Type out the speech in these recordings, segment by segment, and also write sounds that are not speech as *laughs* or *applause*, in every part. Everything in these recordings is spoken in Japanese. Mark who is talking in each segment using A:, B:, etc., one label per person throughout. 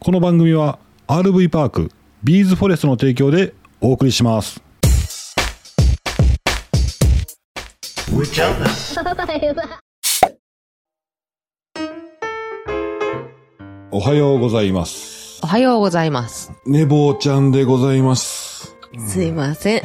A: この番組は RV パークビーズフォレストの提供でお送りします。おはようございます。
B: おはようございます。
A: 寝坊ちゃんでございます。
B: すいません。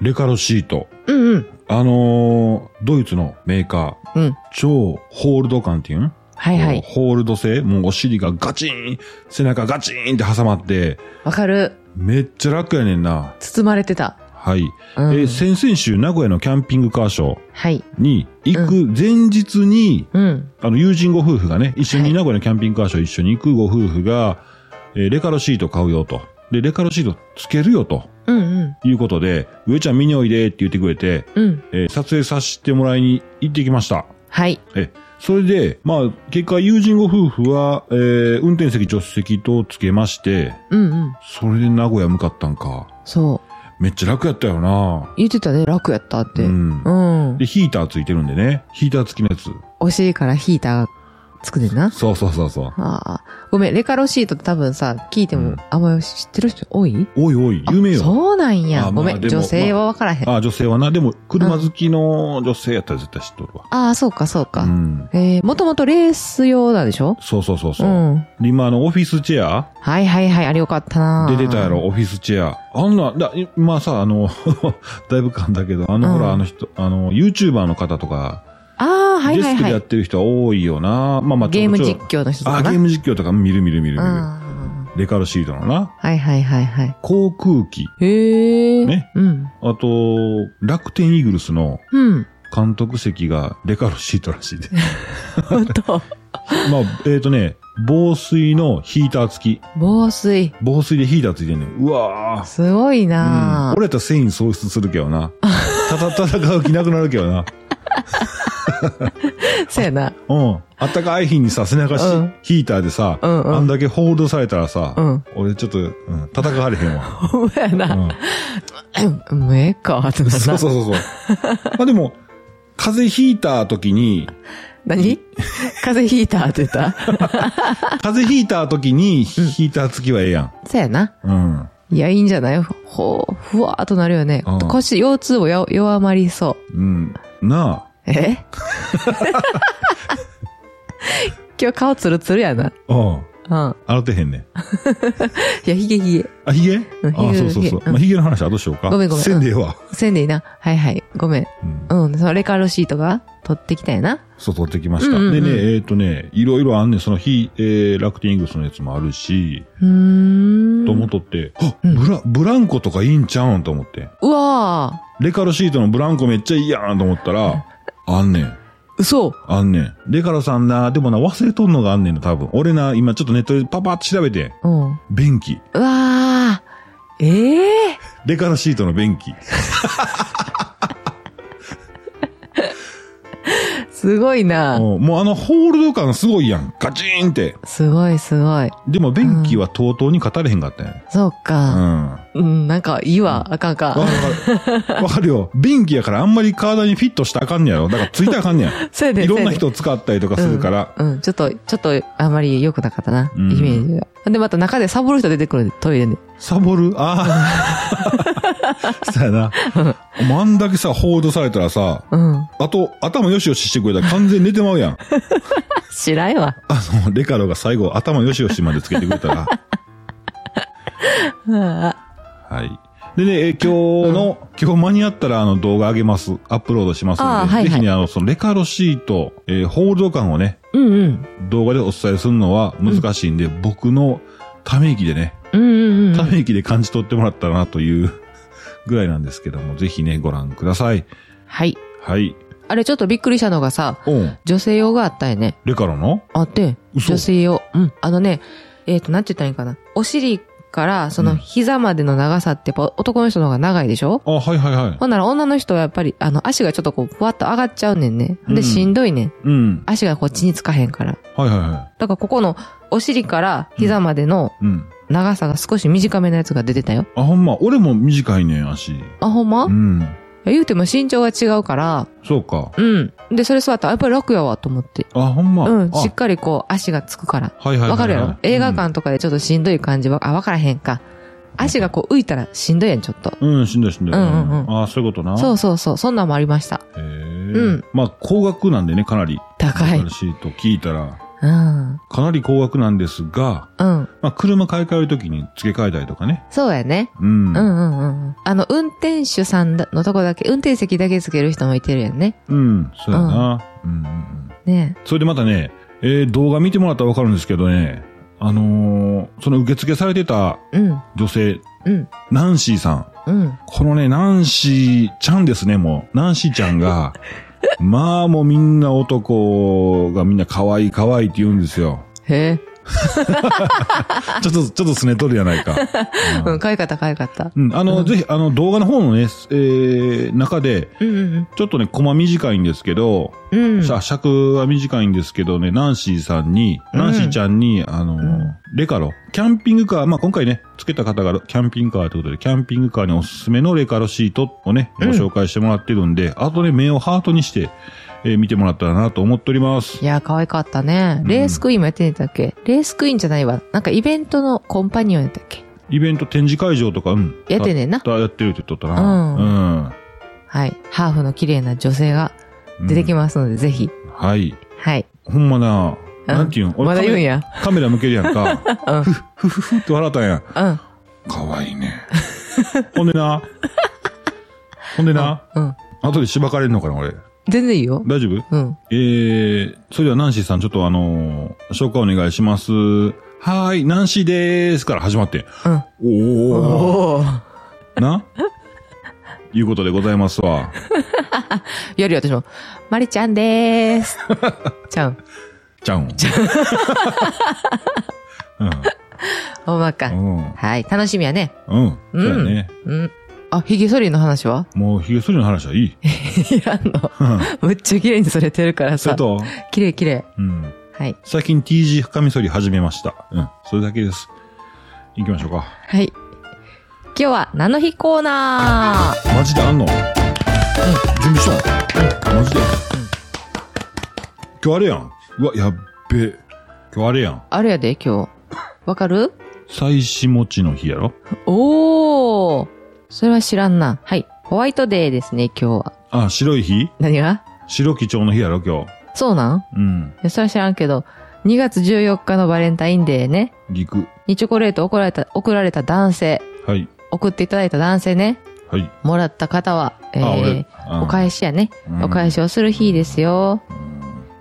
A: レカロシート。
B: うんうん。
A: あのードイツのメーカー、
B: うん。
A: 超ホールド感っていうん
B: はいは
A: もう
B: い。
A: ホールド性もうお尻がガチーン背中ガチーンって挟まって、
B: わかる。
A: めっちゃ楽やねんな。
B: 包まれてた。
A: はい。
B: うん
A: えー先々週名古屋のキャンピングカーショー
B: はい。
A: に行く前日に、
B: うん。
A: あの友人ご夫婦がね、一緒
B: は
A: に
B: い
A: 名古屋のキャンピングカーショー一緒に行くご夫婦が、えーレカロシート買うよと。で、レカロシートつけるよと
B: うんうん。
A: いうことで、上ちゃん見においでって言ってくれて、
B: うん。
A: えー撮影させてもらいに行ってきました。
B: はい。
A: え、それで、まあ、結果友人ご夫婦は、えー運転席助手席とつけまして、
B: うんうん。
A: それで名古屋向かったんか。
B: そう。
A: めっちゃ楽やったよな
B: 言ってたね。楽やったって。
A: う
B: うん。
A: ん。で、ヒーターついてるんでね。ヒーター付きのやつ。
B: お尻からヒーターがつくねんな。
A: そうそうそうそう。
B: ああ。ごめん。レカロシートって多分さ、聞いて
A: うん
B: もあんまり知ってる人多い
A: おいおい、有名
B: あ
A: よ。
B: そうなん
A: あま
B: や。
A: あ
B: ごめん。
A: でも
B: 女性はわからへん。あ
A: あ、女性はな。でも、車好きの女性やったら絶対知っとるわ。
B: あー、そうかそう
A: う
B: か。
A: ん。
B: えー、もともとレース用なんでしょ
A: そうそうそうそうう。
B: ん。
A: で今、あの、オフィスチェア
B: はいはいはい。あれよかったな
A: で出たやろ、。オフィスチェア。あんな、だ、今さ、あの、 *laughs* だいぶ噛んだけど、あの、
B: うん
A: ほら、あの人、あの、YouTuber の方とか、
B: ああ、はい
A: デ
B: は
A: ス
B: い
A: ク
B: は
A: でや
B: い
A: っ。てる人は多いよな。まあまあ、
B: ゲーム
A: ちょ
B: 実
A: ちょ
B: 況の人と
A: あ、
B: かな。
A: ゲーム実況とか見る見る見る見る。
B: あ
A: レカルシートのな。
B: あ。はいはいはいはい。
A: 航空機。
B: へえ。
A: ね。
B: うん。
A: あと、楽天イーグルスの
B: うん。
A: 監督席がレカルシートらしいで。 *laughs*
B: 本当。
A: まあ、えっ、とね、防水のヒーター付き。
B: 防水。
A: 防水でヒーター付いてんねん。うわぁ。
B: すごい
A: うん
B: な、
A: 俺やったら繊維喪失するけど
B: *laughs*
A: な。ただ戦う気なくなるけどな。
B: そう
A: *laughs*
B: やな。
A: うん。あったかい日にさ、背中し、
B: うん
A: ヒーターでさ、
B: うんうん
A: あんだけホールドされたらさ、
B: うん
A: 俺ちょっと、うん、戦われへん
B: *laughs*
A: わ。
B: ほんまや
A: う
B: な。
A: ん、
B: もうええか、とか
A: そう
B: な。
A: そうそうそう。
B: *laughs*
A: まあでも、風邪ひいた時に、
B: 何風邪ひいたって言った
A: 風邪ひいた時に、ヒーター付きはええやん。
B: そうやな。
A: うん。
B: いや、いいんじゃないほう、ふわーっとなるよね。
A: うん
B: 腰、腰痛もや弱まりそ
A: うん。な
B: う。
A: *laughs*
B: え今日顔ツルツルやな。
A: あ。うん。
B: うん。
A: 洗ってへんねん。
B: いや、ひげひげ。
A: あ、ヒゲ
B: うん
A: あ、
B: ヒゲ
A: そうそうそう。
B: ヒゲ
A: まあ、ヒゲの話はどうしようか。
B: ごめんごめん
A: せんでええわ。
B: せんでいいな。はいはい。ごめん。
A: うん。
B: うん、そのレカロシートが取ってきたよな。
A: そう、取ってきました。
B: うんうん
A: で
B: うん
A: ね、えっ、とね、いろいろあんねん。その、非、えー、楽天イングスのやつもあるし、
B: うーん。
A: と思っとって、あ、
B: うん
A: ブラ、ブランコとかいいんちゃうんと思って。
B: うわ
A: レカロシートのブランコめっちゃいいやんと思ったら、あんねん。
B: ー嘘
A: あんねん。レカロさんな、でもな、忘れとんのがあんねんな、多分。俺な、今ちょっとネットでパパッと調べて、
B: うん。う
A: 便器。
B: わーええ
A: レカロシートの便器。
B: ー、すごいな。
A: うんもうあの、ホールド感すごいやん。ガチーンって。
B: すごいすごい。
A: でも、便器はとうとうに語れへんかったんや。
B: そう
A: う
B: か。
A: ん。
B: うん、なんかいいわ。あかんか
A: わ。かるわかる。わかるよ。便器やからあんまり体にフィットしたらあかんねやろ。だからついたらあかんねや。
B: *laughs* そうやね
A: いろんな
B: そう
A: 人を使ったりとかするから。
B: やねうん、ちょっと、ちょっとあんまり良くなかったな。
A: うん
B: イメージが。で、また中でサボる人出てくるんで、トイレで。
A: サボるああ。そうやな。お前あんだけさ、報道されたらさ、
B: うん。
A: あと、頭よしよししてくれたら完全に寝てまうやん。
B: 知らんわ。
A: あの、レカロが最後、頭よしよしまでつけてくれた
B: *laughs*
A: ら。
B: あ
A: はい。でね、えー今日の、今日間に合ったらあの動画上げます。アップロードしますので、
B: あーはいはい
A: ぜひね、あの、そのレカロシート、えーホールド感をね、
B: うんうん。
A: 動画でお伝えするのは難しいんで、僕のため息でね、
B: うんうんう
A: た
B: ん。
A: め息で感じ取ってもらったらなと
B: *laughs*
A: いうぐらいなんですけども、ぜひね、ご覧ください。
B: はい。
A: はい。
B: あれ、ちょっとびっくりしたのがさ、
A: うん。
B: 女性用があったよね。
A: レカロの
B: あって、
A: 嘘
B: 女性用。うん。あのね、えっ、と、なんて言ったらいいんかな。お尻から、そ
A: うん
B: の膝までの長さってやっぱ男の人の方が長いでしょ、
A: あ、はいはいはい。
B: ほんなら女の人はやっぱり、あの、足がちょっとこう、ふわっと上がっちゃうねんね。
A: うん
B: で、しんどいねん。
A: うん。
B: 足がこっちにつかへんから。
A: はいはいは
B: だからここの、お尻から膝までの
A: い。うん。
B: 長さが少し短めのやつが出てたよ。
A: あ、ほんま、俺も短いねん、足。
B: あ、ほんま
A: うん。
B: 言うても身長が違うから、
A: そうか。
B: うん。で、それ座ったら、やっぱり楽やわと思って。
A: あ、ほんま。
B: うん。
A: あ
B: しっかりこう、足がつくから。
A: はいはいはいはい
B: わかるやろ映画館とかでちょっとしんどい感じは、あ、わからへんか。足がこう浮いたらしんどいやん、ちょっと。
A: うん、しんどいしんどい。
B: うんうんうん
A: ああ、そういうことな。
B: そうそうそう。そんなんもありました。
A: へえ。
B: う。
A: うんまあ、高額なんでね、かなり。
B: 高い
A: 新。しいと聞いたら、
B: うん。
A: かなり高額なんですが、
B: うん。
A: まあ、車買い替えるときに付け替えたりとかね。
B: そうやね。
A: うん。
B: うんうんうんうん。あの、運転手さんだのとこだけ、運転席だけつける人もいてるやんね。
A: うん、そうやな。うんうんうん。
B: ね
A: それでまたね、えー動画見てもらったらわかるんですけどね、あのーその受付されてた
B: え。うん。
A: 女性、
B: うん。
A: ナンシーさん。
B: うん。
A: このね、ナンシーちゃんですね、もう。ナンシーちゃん
B: *laughs*
A: が、まあもうみんな男がみんな可愛い可愛いって言うんですよ。
B: へえ。
A: ちょっと、ちょっとすねとるやないか。
B: うん、かわいかった、かわいかった。
A: うん、あの、
B: うん
A: ぜひ、あの、動画の方のね、えー、中で、
B: うんうん
A: ちょっとね、コマ短いんですけど、
B: うん。うん。
A: さ、尺は短いんですけどね、ナンシーさんに、
B: うん
A: ナンシーちゃんに、あの、
B: ん
A: レカロ、キャンピングカー、まあ、今回ね、付けた方がキャンピングカーということで、キャンピングカーにおすすめのレカロシートをね、
B: う
A: ご
B: ん
A: 紹介してもらってるんで、あとね、目をハートにして、えー見てもらったらなと思っております
B: い。や、可愛かったね。レースクイーンもやってんだっけ、レースクイーンじゃないわ。なんかイベントのコンパニオンやったっけ
A: イベント展示会場とか、うん。
B: やってんねんな
A: たやってるって言っとったな。
B: う
A: うん。
B: はい。ハーフの綺麗な女性が出てきますので、ぜひ。
A: うんはい。
B: はい。
A: ほんまな、
B: うん
A: なんていうん、
B: まだ言う
A: カ
B: ん
A: メ
B: や。
A: カメラ向けるやんか。
B: *laughs* うん。
A: ふふふって笑ったんや。
B: うん。
A: かわいいね。 *laughs* ほんでな。ほんでな。
B: うん。
A: 後でしばかれるのかな、俺。
B: 全然いいよ。
A: 大丈夫
B: うん。
A: えー、それではナンシーさん、ちょっとあのー紹介お願いします。はーい、ナンシーでーすから始まって。
B: うん。
A: おー。
B: おー。
A: ないうことでございますわ。
B: やるよ、私も。まりちゃんで *laughs* ーす。ちゃん。
A: じゃ
B: *laughs*
A: ん。
B: ほんまか
A: う。ん。うん。
B: はい。楽しみやね。
A: うん。そうやね。
B: うん。あ、ヒゲ剃りの話は
A: もう、ヒゲ剃りの話はいい。
B: いらんの。
A: うん
B: むっちゃ綺麗に剃れてるから
A: それ
B: さ。
A: と、
B: 綺麗綺麗。
A: うん。
B: はい。
A: 最近 T 字深み剃り始めました。うん。それだけです。行きましょうか。
B: はい。今日は、ナの日コーナー。
A: マジであんの、準備したの、マジで、今日あれやん。うわ、やっべ。今日あれやん。
B: あれやで、今日。わかる
A: 妻子持ちの日やろ
B: おー。それは知らんな。はい。ホワイトデーですね、今日は。
A: あ、白い日
B: 何が
A: 白基調の日やろ今日。
B: そうなん
A: うん。
B: いや、それは知らんけど、2月14日のバレンタインデーね、
A: 陸。
B: にチョコレート送られた、送られた男性、
A: はい。
B: 送っていただいた男性ね、
A: はい。
B: もらった方は、え
A: あ、
B: ー
A: 俺、。あ
B: お返しやね、
A: うん
B: お返しをする日ですよ。
A: うん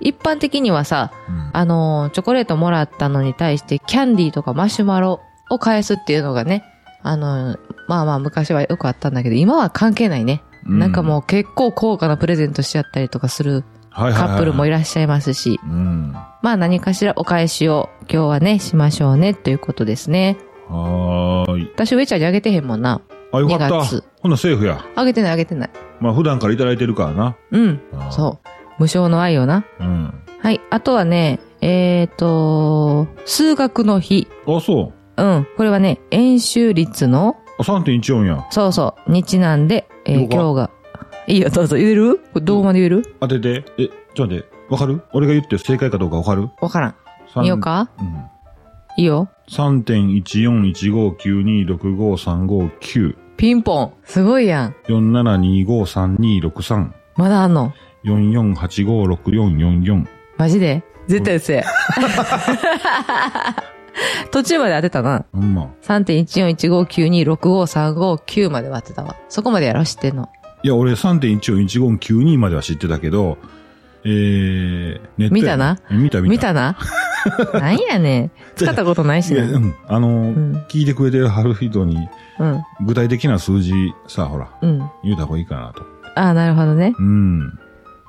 B: 一般的にはさ、
A: うん
B: あのーチョコレートもらったのに対して、キャンディーとかマシュマロを返すっていうのがね、あのーまあまあ昔はよくあったんだけど、今は関係ないね。
A: うん
B: なんかもう結構高価なプレゼントしちゃったりとかする
A: はいはいはい
B: カップルもいらっしゃいますし、
A: うん。
B: まあ何かしらお返しを今日はね、しましょうね、ということですね。
A: はーい。
B: 私、ウェちゃんにあげてへんもんな。
A: あ、よかった
B: 二月。
A: ほな、セーフや。
B: あげてないあげてない。
A: まあ、普段からいただいてるからな。
B: うん。
A: あー
B: そう。無償の愛よな。
A: うん。
B: はい。あとはね、えっ、と、数学の日。
A: あ、そう。
B: うん。これはね、演習率の、
A: あ、3.14や。
B: そうそう、にちなんで、えー
A: 了解
B: 今日が。いいよ、どうぞ。言えるこれどこまで言える
A: 当てて。え、ちょっと待って。わかる俺が言って正解かどうかわかる
B: わからん。
A: 三
B: 見ようか
A: うん。
B: いいよ。
A: 3.141592653594725323。
B: ピンポン。すごいやん。まだあんの。
A: 478564444
B: マジで絶対うせえ。 *laughs* 途中まで当てたな。
A: うんま。
B: 3.141592653539まで割ってたわ。そこまでやろ、知ってんの。
A: いや、俺3.141592までは知ってたけど、えー、ネットや
B: 見たな
A: え見た見
B: 見
A: た。*laughs*
B: たななんやねん。使ったことないし
A: いや、う
B: ね。
A: ん。あのー、
B: うん
A: 聞いてくれてるハルフィドに、
B: うん。
A: 具体的な数字、さ、ほら、
B: うん。
A: 言うた方がいいかなと。
B: ああ、なるほどね。
A: うん。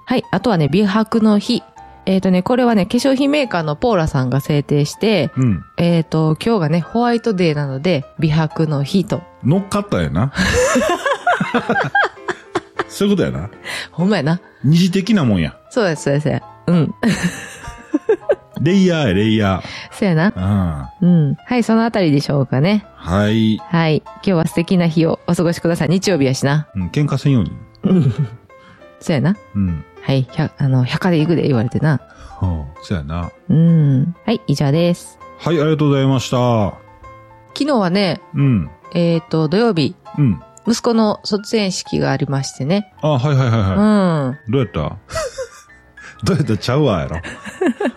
B: はい。あとはね、美白の日。えっ、とね、これはね、化粧品メーカーのポーラさんが制定して、
A: うん。
B: えっ、と、今日がね、ホワイトデーなので、美白の日と。
A: 乗っかったんやな。 *laughs* そういうことやな。
B: ほんまやな。
A: 二次的なもんや。
B: そうです、そうです。そうですうん。
A: レ
B: *laughs*
A: イヤーや、レイヤ
B: そうやな。
A: ー。
B: うん。はい、そのあたりでしょうかね。
A: うん。はい。
B: はい。今日は素敵な日をお過ごしください。日曜日やしな。
A: うん喧嘩せんように。
B: うんそうやな。
A: うん。
B: はい、百あの、百貨で行くで言われてな。
A: はあ、そやな。
B: うん。はい、以上です。
A: はい、ありがとうございました。
B: 昨日はね、
A: うん。
B: えっ、と、土曜日、
A: うん。
B: 息子の卒園式がありましてね。
A: あ、はいはいはいは
B: う
A: い。
B: ん。
A: どうやった *laughs* どうやったちゃうわやろ。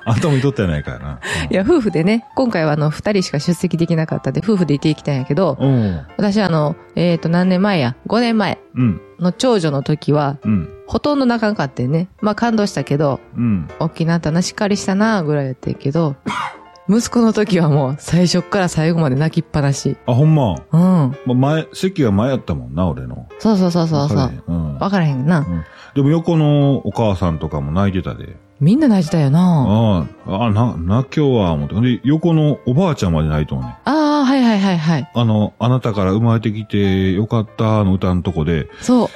A: あんたもいとったやないかやな。
B: いや、夫婦でね、今回はあの、二人しか出席できなかったんで、夫婦で行ってきたんやけど、
A: うん。うん。
B: 私あの、えっ、と、何年前や ?5 年前
A: うん。
B: の長女の時は、
A: うん。
B: ほとんど泣かんかってね。まあ感動したけど、
A: うん。
B: 大きなったな、しっかりしたな、ぐらいやった
A: *laughs*
B: けど、息子の時はもう、最初っから最後まで泣きっぱなし。
A: あ、ほんま。
B: うん。
A: ま前、席が前やったもんな、俺の。
B: そうそうそうそうそ
A: わか
B: う。
A: るねうん。
B: わからへんな。
A: でも横のお母さんとかも泣いてたで。
B: みんな泣いてたよな。
A: ああ、あ、な、泣きょうわ、思って。ほんで、横のおばあちゃんまで泣いとんねん。
B: ああ、はいはいはいはい。
A: あの、あなたから生まれてきてよかったの歌のとこで、
B: そう。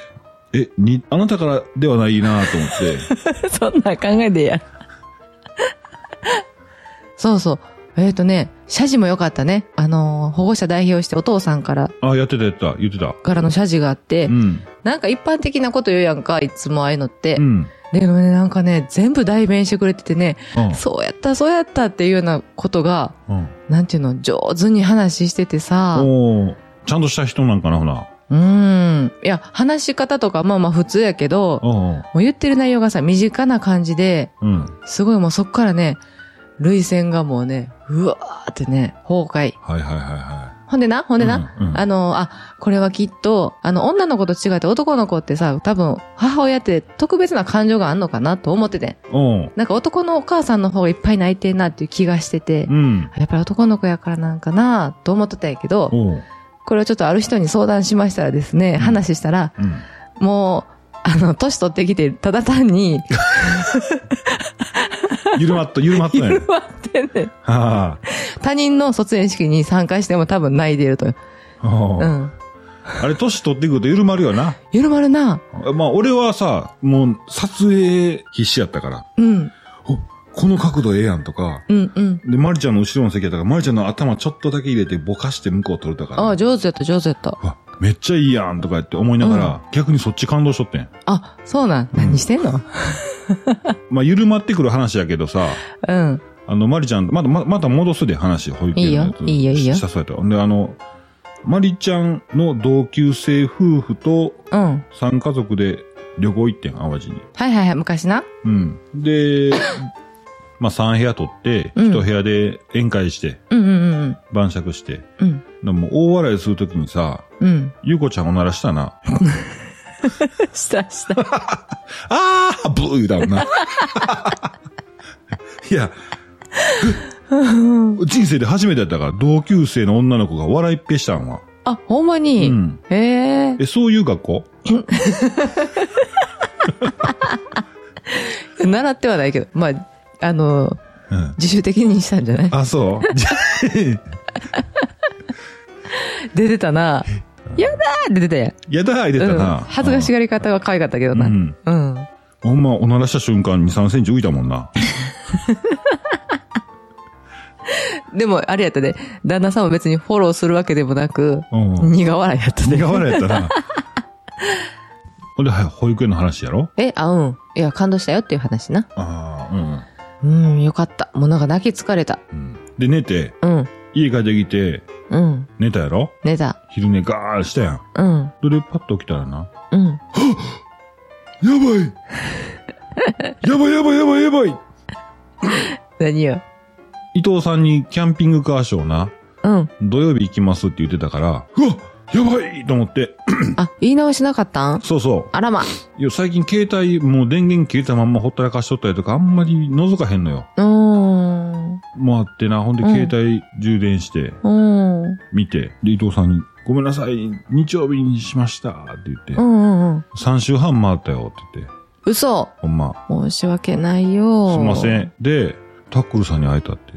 A: え、に、あなたからではないなと思
B: *laughs*
A: って。
B: *laughs* そんなん考えでや。そうそう。えっ、とね、謝辞も良かったね。あのー保護者代表してお父さんから、
A: あ、やってたやってた、言ってた。
B: からの謝辞があって、
A: うん。
B: なんか一般的なこと言うやんか、いつもああいうのって。
A: うん。
B: でもね、なんかね、全部代弁してくれててね、
A: うん
B: そうやった、そうやったっていうようなことが、
A: うん。
B: なんていうの、上手に話しててさ、
A: おーちゃんとした人なんかな、ほな。
B: うーん。いや、話し方とか、まあまあ普通やけど、
A: うん。
B: もう言ってる内容がさ、身近な感じで、
A: うん。
B: すごいもうそっからね、涙腺がもうね、うわーってね、崩壊。
A: はいはいはいは
B: ほんでな、ほんでな、
A: うんうん
B: あの、あ、これはきっと、あの、女の子と違って男の子ってさ、多分、母親って特別な感情があんのかなと思ってて。
A: い。うん。
B: なんか男のお母さんの方がいっぱい泣いてんなっていう気がしてて、
A: うん。
B: やっぱり男の子やからなんかなと思ってたんやけど、
A: おう
B: これをちょっとある人に相談しましたらですね、
A: ん
B: 話したら、
A: うん。
B: もう、あの、年取ってきて、ただ単に、
A: ゆるまっと、ゆるまっとやね
B: *laughs* 緩まってね、
A: は
B: 他人の卒園式に参加しても多分泣いてると。
A: あお
B: う。
A: うんあれ、年取ってくると緩まるよな。
B: 緩まるな。
A: まあ、俺はさ、もう、撮影必死やったから、
B: うん。
A: おこの角度ええやんとか、
B: うんうん。
A: で、マリちゃんの後ろの席やったから、マリちゃんの頭ちょっとだけ入れてぼかして向こう取れたから、
B: ああ、上手やった、上手やった。
A: わめっちゃいいやんとか言って思いながら、逆にそっち感動しとってん。
B: あ、そうなん。何してんの
A: まあ、緩まってくる話やけどさ、
B: うん。
A: あの、マリちゃん、まだ、ままた戻すで話、保育園のやつ。
B: いいよいいよいいよ
A: したそうやった。ほんで、あの、マリちゃんの同級生夫婦と
B: うん。
A: 3家族で旅行行ってん、淡路に。
B: はいはいはい、昔な。
A: うん。で、まあ3部屋取って、
B: うん
A: 1部屋で宴会して、
B: うんうんうん
A: 晩酌して。
B: うん。う
A: で
B: ん。
A: も大笑いするときにさ、
B: うん。
A: ゆうこちゃんおならしたな。
B: したした。
A: あーブー言うたもんな。 *laughs* い *laughs* や、人生で初めてやったから、同級生の女の子が笑いっぺしたんは。
B: あ、ほんま
A: う
B: に。
A: ん。
B: へえ。
A: え、そういう学校
B: 習ってはないけど、まあ、あの、
A: うん。
B: 自主的にしたんじゃない *laughs*
A: あ、 *laughs* そうじゃ
B: 出て
A: *laughs*
B: たな。やだーって出てたやん。
A: やだー言ってた
B: うん
A: な。
B: 恥ずかしがり方が可愛かったけどな。
A: う
B: うん。
A: ん。ほんま、おならした瞬間2、3センチ浮いたもんな。
B: でも、あれやったで、旦那さんも別にフォローするわけでもなく、
A: うん。
B: 苦笑いやったね。
A: 苦笑いやったな。ほんで、はい保育園の話やろ
B: え、あ、うん。いや、感動したよっていう話な。
A: ああ、
B: うん、よかった。もうなんか泣き疲れた。
A: うん。うん。で、寝て、
B: うん。
A: 家帰ってきて、
B: うん。
A: 寝たやろ
B: 寝た。
A: 昼寝ガーしたやん。
B: うん。
A: それでパッと起きたらな、
B: うん。
A: やばいやばいやばいやばいやばい
B: 何よ。
A: 伊藤さんにキャンピングカーショーな、
B: うん。
A: 土曜日行きますって言ってたから、うわやばいと思って、
B: あ、言い直しなかったん
A: そうそ
B: あらま。
A: う。いや、最近携帯、もう電源切れたまんまほったらかしとったりとか、あんまり覗かへんのよ。
B: うーん。
A: もうあってな、ほんで
B: うん
A: 携帯充電して、
B: うん。うん
A: 見て、で、伊藤さんに、ごめんなさい、日曜日にしましたって言って、
B: うんうん。
A: 3週半回ったよって言って、
B: 嘘。
A: ほんま、
B: 申し訳ない
A: す
B: よ。
A: いませ。ん。で、タックルさんに会えたって。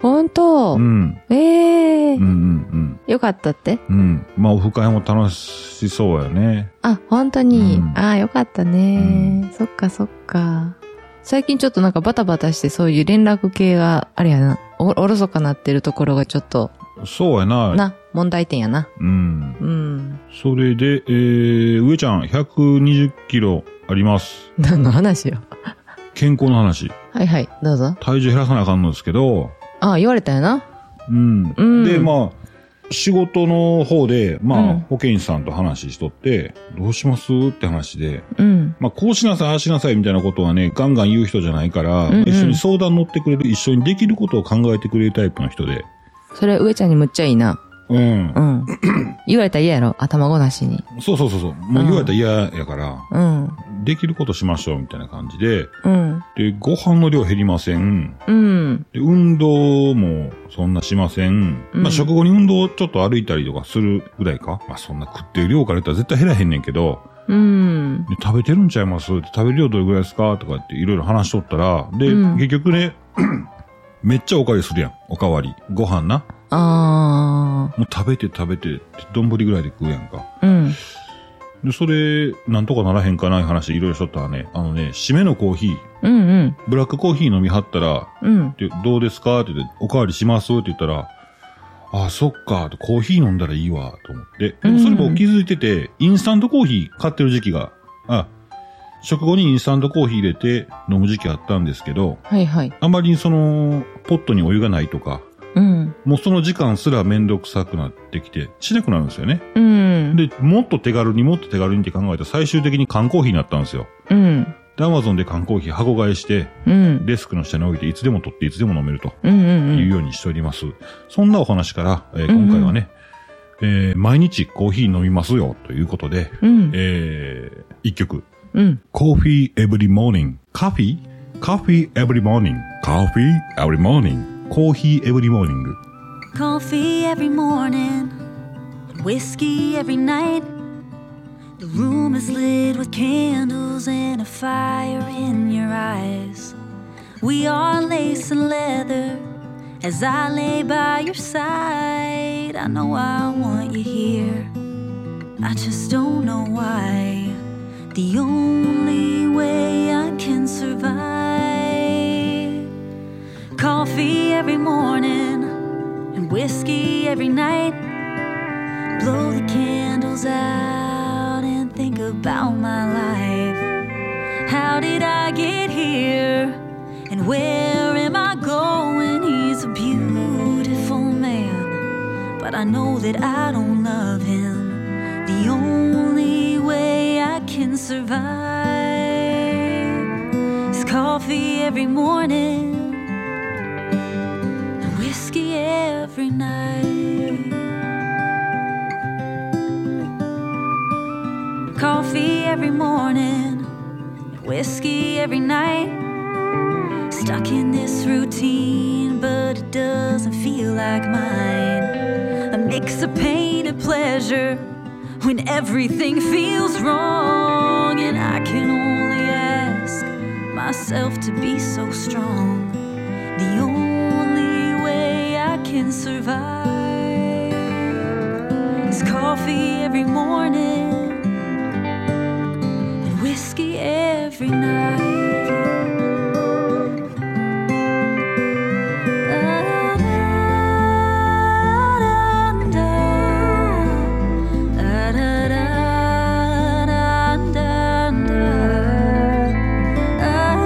B: 本当、
A: うん。
B: ええ
A: うんうん
B: よかったって
A: うん。うん。まあ、オフ会も楽しそうやね。
B: あ、本当に。
A: うん
B: ああ、よかったね、そっかそっか。最近ちょっとなんかバタバタしてそういう連絡系が、あれやな、おおろそかなってるところがちょっと、
A: そうやな。
B: な、問題点やな。
A: うん。
B: うん。
A: それで、えー、上ちゃん、120キロあります。
B: 何の話よ。
A: 健康の話。
B: はいはい、どうぞ。
A: 体重減らさなあかんのですけど、
B: ああ、言われたよな。
A: うん。
B: うん
A: で、まあ、仕事の方で、まあ、
B: うん
A: 保健師さんと話しとって、どうしますって話で、
B: うん。
A: まあ、こうしなさい、ああしなさいみたいなことはね、ガンガン言う人じゃないから、
B: うんうん
A: 一緒に相談乗ってくれる、一緒にできることを考えてくれるタイプの人で。
B: それ、上ちゃんにむっちゃいいな。
A: うん
B: う。ん。言われたら嫌やろ。頭ごなしに。
A: そうそうそうそう。もう言われたら嫌やから、
B: うん。
A: できることしましょうみたいな感じで、
B: うん。
A: で、ご飯の量減りません。
B: うん。
A: で、運動もそんなしません。
B: うん
A: まあ、食後に運動をちょっと歩いたりとかするぐらいか。まあ、そんな食ってる量から言ったら絶対減らへんねんけど、
B: うん。
A: で食べてるんちゃいますって食べる量どれぐらいですかとかっていろいろ話しとったら、で、
B: うん
A: 結局ね、 *clears throat* めっちゃおかわりするやん。おかわり。ご飯な。
B: あ
A: もう食べて食べてって、丼ぐらいで食うやんか。
B: あ。うん。
A: で、それ、なんとかならへんかない話いろいろしとったらね、あのね、締めのコーヒー、
B: うんうん。
A: ブラックコーヒー飲みはったら、
B: うん。
A: でどうですかって言って、おかわりしますって言ったら、あそっか、コーヒー飲んだらいいわ、と思って。でもそれも気づいてて、インスタントコーヒー買ってる時期が、あ、食後にインスタントコーヒー入れて飲む時期あったんですけど、
B: はいはい。
A: あまりその、ポットにお湯がないとか、
B: うん。
A: もうその時間すらめんどくさくなってきて、しなくなるんですよね。
B: うん。
A: で、もっと手軽にもっと手軽にって考えたら最終的に缶コーヒーになったんですよ。
B: うん。
A: で、アマゾンで缶コーヒー箱買いして、
B: うん。
A: デスクの下に置いていつでも取っていつでも飲めると。
B: うんうん
A: いう
B: うん。
A: ようにしております。そんなお話から、えー今回はね、えー毎日コーヒー飲みますよということで、
B: うん。
A: えー一曲。
B: うん。
A: Coffee every morning. カフィ Coffee every morning. Coffee every morning. コーヒー every morning.
C: Coffee every morning, and whiskey every night. The room is lit with candles and a fire in your eyes. We are lace and leather as I lay by your side. I know I want you here, I just don't know why. The only way I can survive. Coffee every morning and whiskey every night. Blow the candles out and think about my life. How did I get here? And where am I going? He's a beautiful man, but I know that I don't love him. The only way I can survive is coffee every morning and whiskey every night. Coffee every morning, and whiskey every night. Stuck in this routine, but it doesn't feel like mine. A mix of pain and pleasure when everything feels wrong, and I can only ask myself to be so strong. The only way I can survive is coffee every morning and whiskey every night. Da-da-da-da-da-da-da.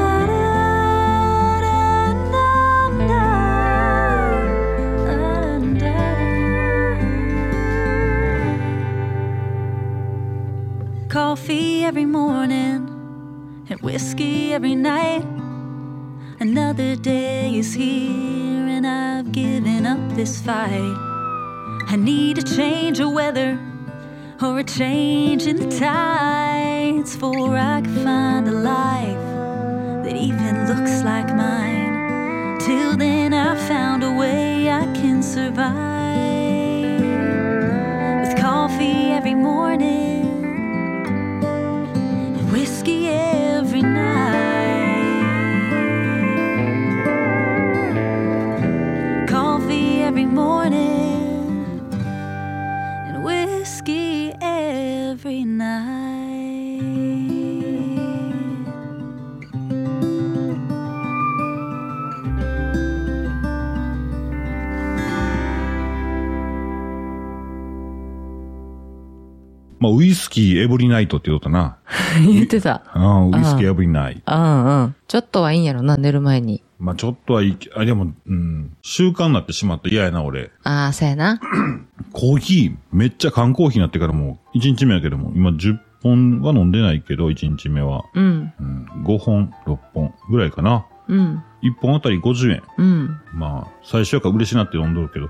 C: Coffee every morning and whiskey every night. Another day is here, and I've given up this fight. I need a change of weather or a change in the tides, for I can find a life that even looks like mine. Till then, I found a way I can survive with coffee every morning and whiskey every night. Coffee every morning and whiskey every night.
A: まあ、ウイスキーエブリナイトって言うとったな。
B: 言ってた。
A: うん、ウイスキーエブリナイト。
B: うんうん。ちょっとはいいんやろな、寝る前に。
A: まあ、ちょっとはいいけ、あ、でも、うん、習慣になってしまった嫌やな、俺。
B: ああ、そうやな。
A: コーヒー、めっちゃ缶コーヒーになってからもう、1日目やけども、今10本は飲んでないけど、1日目は。
B: うん。
A: うん、5本、6本ぐらいかな。
B: うん。
A: 1本あたり50円。
B: うん。
A: まあ、最初やから嬉しいなって飲んどるけど、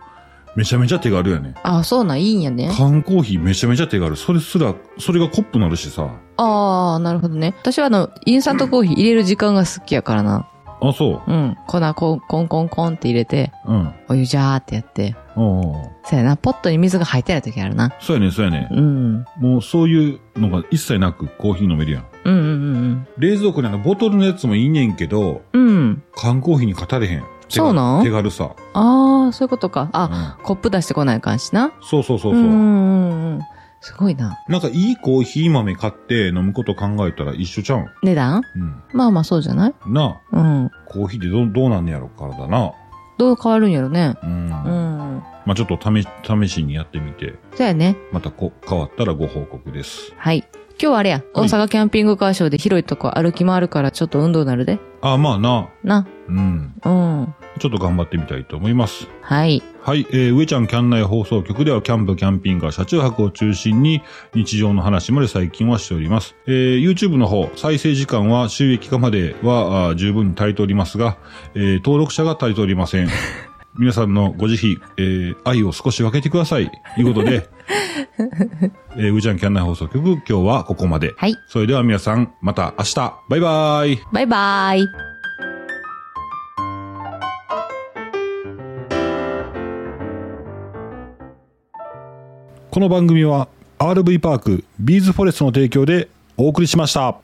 A: めちゃめちゃ手軽やね。
B: ああ、そうなん、いいんやね。
A: 缶コーヒーめちゃめちゃ手軽。それすら、それがコップなるしさ。
B: ああ、なるほどね。私はあの、インスタントコーヒー入れる時間が好きやからな。
A: あ、そ
B: うん。粉コンコンコンコンって入れて、
A: う。うん。
B: お湯ジャーってやって。
A: おうおう
B: そうやな、ポットに水が入ってない時あるな。
A: そうやね、そうやね。
B: うん。
A: もうそういうのが一切なくコーヒー飲めるやん。
B: うんうん
A: 冷蔵庫にあのボトルのやつもいいねんけど、
B: うんうん。うん。
A: 缶コーヒーに語れへん。手が
B: そうなん
A: 手軽さ。
B: ああ、そういうことか。あ、
A: う
B: コップ出してこない感じな。
A: んそうそうそうそう。
B: うんうんうん。すごいな。
A: なんかいいコーヒー豆買って飲むこと考えたら一緒ちゃうん。
B: 値段
A: う
B: まあまあそうじゃない
A: ん。な
B: うん。
A: あ、コーヒーってどうどうなんねやろ体な。
B: どう変わるんやろね。
A: うん。
B: うん。
A: まあちょっと試し、試しにやってみて、
B: そうやね。
A: またこ変わったらご報告です。
B: はい。今日はあれや。大
A: はい
B: 阪キャンピングカーショーで広いとこ歩き回るからちょっと運動なるで。
A: あ、まあな。
B: な。
A: うん。
B: うん。
A: ちょっと頑張ってみたいと思います。
B: はい。
A: はい、えー、上ちゃんキャン内放送局ではキャンプ、キャンピングカー、車中泊を中心に日常の話まで最近はしております。えー、YouTube の方、再生時間は収益化まではあー十分に足りておりますが、えー、登録者が足りておりませ
B: *laughs*
A: ん。皆さんのご慈悲、えー、愛を少し分けてください。ということ
B: *laughs*
A: で、えー、上ちゃんキャン内放送局、今日はここまで。
B: はい。
A: それでは皆さん、また明日バイバイ
B: バイバイ。
A: この番組は RV パーク、ビーズフォレストの提供でお送りしました。